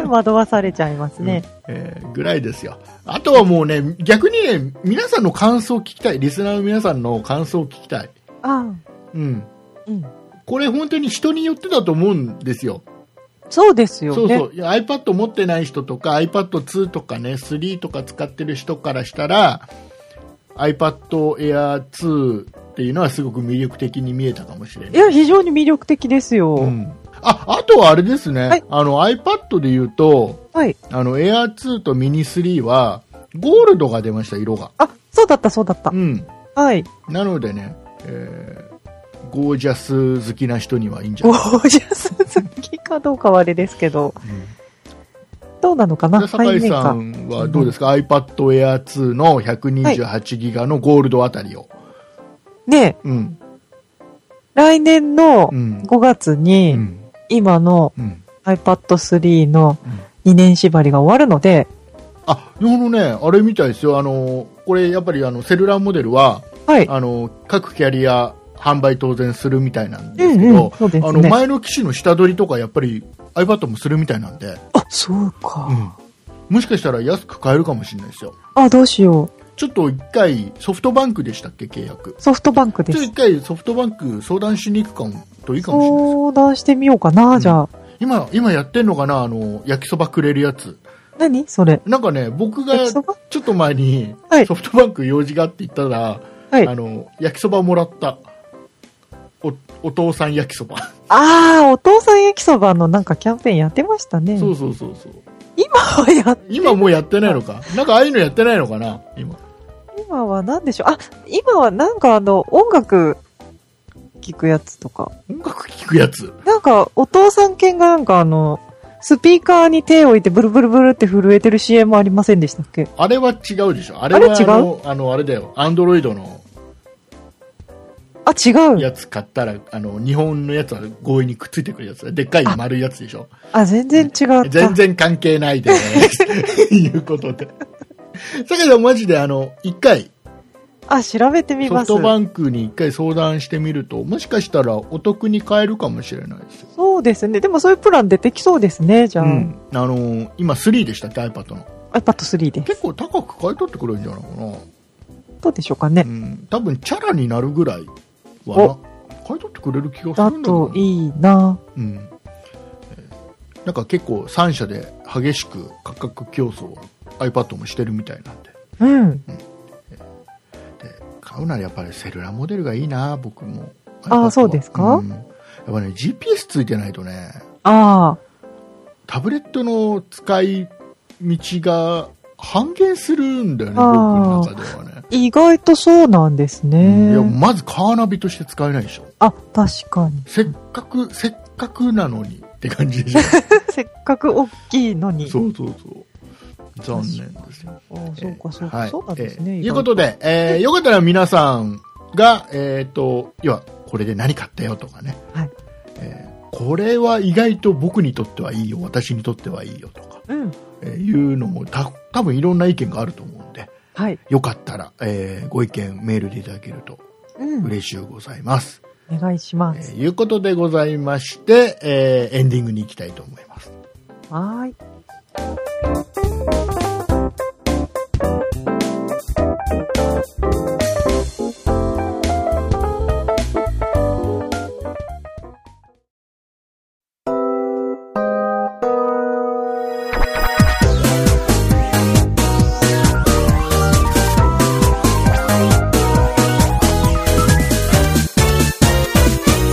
惑わされちゃいますね。
うんえーぐらいですよ。あとはもうね、逆にね、皆さんの感想を聞きたい。リスナーの皆さんの感想を聞きたい。
あ
うん。
うん。
これ本当に人によってだと思うんですよ。
そうですよ
そう
ね
そ。う。いや iPad 持ってない人とか iPad2 とかね、3とか使ってる人からしたら iPad Air 2っていうのはすごく魅力的に見えたかもしれない
い。や、非常に魅力的ですよ。
うん、ああとはあれですね、
はい
あの iPad で言うと
はい。
あの Air2 と Mini3 はゴールドが出ました色が、
あ、そうだった、そうだった
う。ん、
はい。
なのでね、えーゴージャス好きな人にはいいんじゃ
ゴ
ない
ージャス好きかどうかはあれですけど、どうなのか
うん
な
で酒井さ
か。
んはどうですか、iPad Air2 の 128GB のゴールドあたりを、
ねえ
うん
来年の
うん
5月
う
に、
ん
今の
うん、
iPad 3の2年縛りが終わるので、
ああのねあれみたいですよあのこれやっぱりあのセルラーモデルは
はい。
あの各キャリア販売当然するみたいなん
う
ですけ
ん
ど、
うん、そうです
あの
ね。
前の機種の下取りとかやっぱり iPad もするみたいなんで、
あ、そうか。
もしかしたら安く買えるかもしれないですよ
あ、どうしよう。
ちょっと一回ソフトバンクでしたっけ契約
ソフトバンクで
ちょっと
す
一。回ソフトバンク相談しに行くかもといいかもしれないですよ
相談してみようかな、じゃあ。
今今やってんのかなあの焼きそばくれるやつ
何それ。
なんかね僕が
焼きそば
ちょっと前に
はい
ソフトバンク用事があって言ったら、
はい。
あ
あ
の焼きそばもらったおお父さん焼きそば、
あー、お父さん焼きそばのなんかキャンペーンやってましたね。
そうそうそうそう
今や、
今もうやってないのかなんかああいうのやってないのかな今
今は何でしょう。あ、今はなんかあの、音楽聞くやつとか。
音楽聴くやつ
なんか、お父さん犬がなんかあの、スピーカーに手を置いてブルブルブルって震えてる CM ありませんでしたっけ
あれは違うでしょあれは
あれ違う
のあのあれだよアンドロイドの
あ、違う。
やつ買ったらあの日本のやつは強引にくっついてくるやつでっかい丸いやつでしょ
あ、全然違った。
全然関係ないで いうことでだけどマジであの一回
あ、調べてみ
ソ
ま
フ
す。
トバンクに一回相談してみるともしかしたらお得に買えるかもしれないですよ、
そうですね。でもそういうプラン出てきそうですね、じ
う
ゃあ。
ん、あの今3でしたっけ iPad の
iPad 3で。
結構高く買い取ってくれるんじゃないかな
どうでしょうかね
う。ん多分チャラになるぐらいはな買い取ってくれる気がす
だ
るんだけど
と
ない
いな。
うんえーなんか結構3社で激しく価格競争を iPad もしてるみたいなんで
うん。
で買うならやっぱりセルラーモデルがいいな僕も
あー
iPad は
そうですか
んやっぱね GPS ついてないとね
あ
タブレットの使い道が半減するんだよね
あ
僕の中ではね、
あ、意外とそうなんです
うんい
ね
や。まずカーナビとして使えないでしょ
あ、確 かに。
せっかくせっかくなのにって感じで しょ
せっかく大きいのに。
そうそうそう。残念ですよ。
あそうか、そう
は
か、そうなんですね。
えー
意
という
外
ことで、えーよかったら皆さん、が、えっ、と、要は、これで何買ったよとかね。
はい
えーこれは意外と僕にとってはいいよ、私にとってはいいよとか、
うん。
えーいうのもた多分いろんな意見があると思うので、
はい。
よかったら、えーご意見メールでいただけると
うん。
嬉しゅうございます。
お願いしま
え
す。
ーいうことでございまして、えーエンディングに行きたいと思います。
はーい。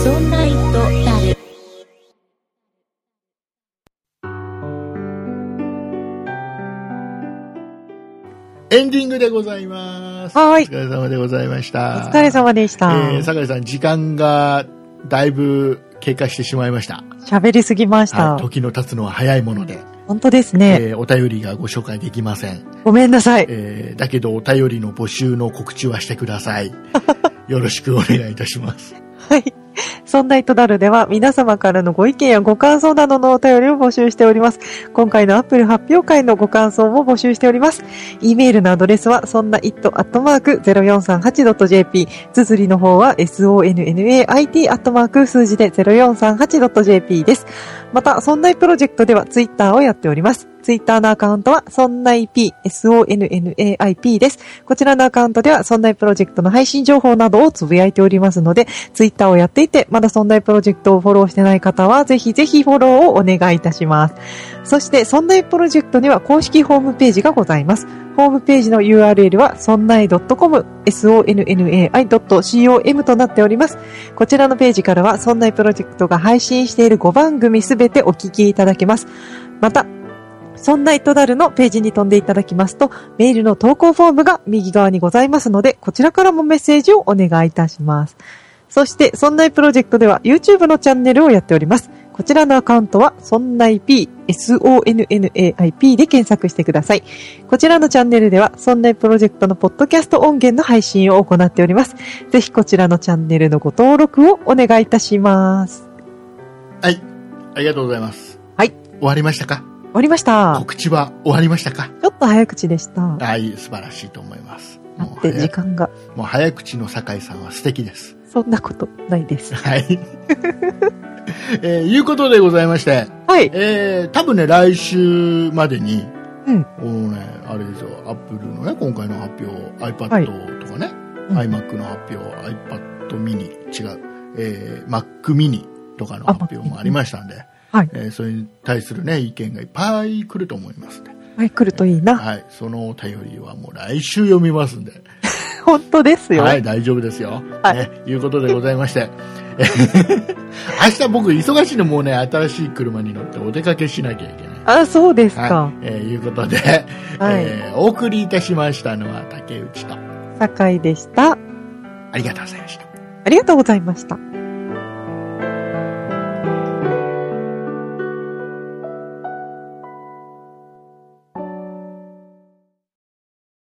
そんな糸だる。
エンディングでございます。
はー
お
い。
疲れ様でございまし
お
た。
疲れ様でした。
えー、酒井さん、時間がだいぶ経過してしまいました。
喋りすぎました
はい、。時の経つのは早いもので、
本当ですね。
えーお便りがご紹介できません。
ごめんなさい。
えーだけどお便りの募集の告知はしてくださ い。よろしくお願いいたします。
はい。そんな糸だるでは皆様からのご意見やご感想などのお便りを募集しております。今回のアップル発表会のご感想も募集しております。e メールのアドレスはそんな it.0438.jp。綴りの方は sonnait. 数字で 0438.jp です。また、そんないプロジェクトではツイッターをやっております。ツイッターのアカウントは、そんない p、sonnaip です。こちらのアカウントでは、そんないプロジェクトの配信情報などをつぶやいておりますので、ツイッターをやっていて、まだそんないプロジェクトをフォローしてない方は、ぜひぜひフォローをお願いいたします。そして、そんないプロジェクトには公式ホームページがございます。ホームページの URL は、そんない .com、sonnai.com となっております。こちらのページからは、そんないプロジェクトが配信している5番組すべてお聞きいただけます。また、そんな糸だるのページに飛んでいただきますと、メールの投稿フォームが右側にございますので、こちらからもメッセージをお願いいたします。そして、そんないプロジェクトでは YouTube のチャンネルをやっております。こちらのアカウントは、そんない P、SONNAIP で検索してください。こちらのチャンネルでは、そんないプロジェクトのポッドキャスト音源の配信を行っております。ぜひこちらのチャンネルのご登録をお願いいたします。
はい。ありがとうございます。
はい。
終わりましたか
終わりました。
告知は終わりましたか
ちょっと早口でした。
はい、素晴らしいと思います。
だ
も
っ
う
て時
早く
間が、
もう早口の酒井さんは素敵です。
そんなことないです。
はい。 えーいうことでございまして、
はい。
えー、多分ね、来週までに、
うん
このね、あれですよ、アップルのね、今回の発表、
はい
iPad とかね、
うん
iMac の発表、iPad mini、違う、えー、Mac mini とかの
あ
発表もありましたんで、
はい
えーそれに対するね、意見がいっぱい来ると思いますんで、
はい、来るといいな。
はい、そのお便りはもう来週読みますんで、
本当ですよ。
は、
はいい。
大丈夫ですよ。
はい
ね、いうことでございまして。 明日僕忙しいのもうね、新しい車に乗ってお出かけしなきゃいけない。
あ、そうです
は
か。
い、えーいうことで、
はい
えーお送りいたしましたのは竹内と、
酒井でした。
ありがとうございました。
ありがとうございました。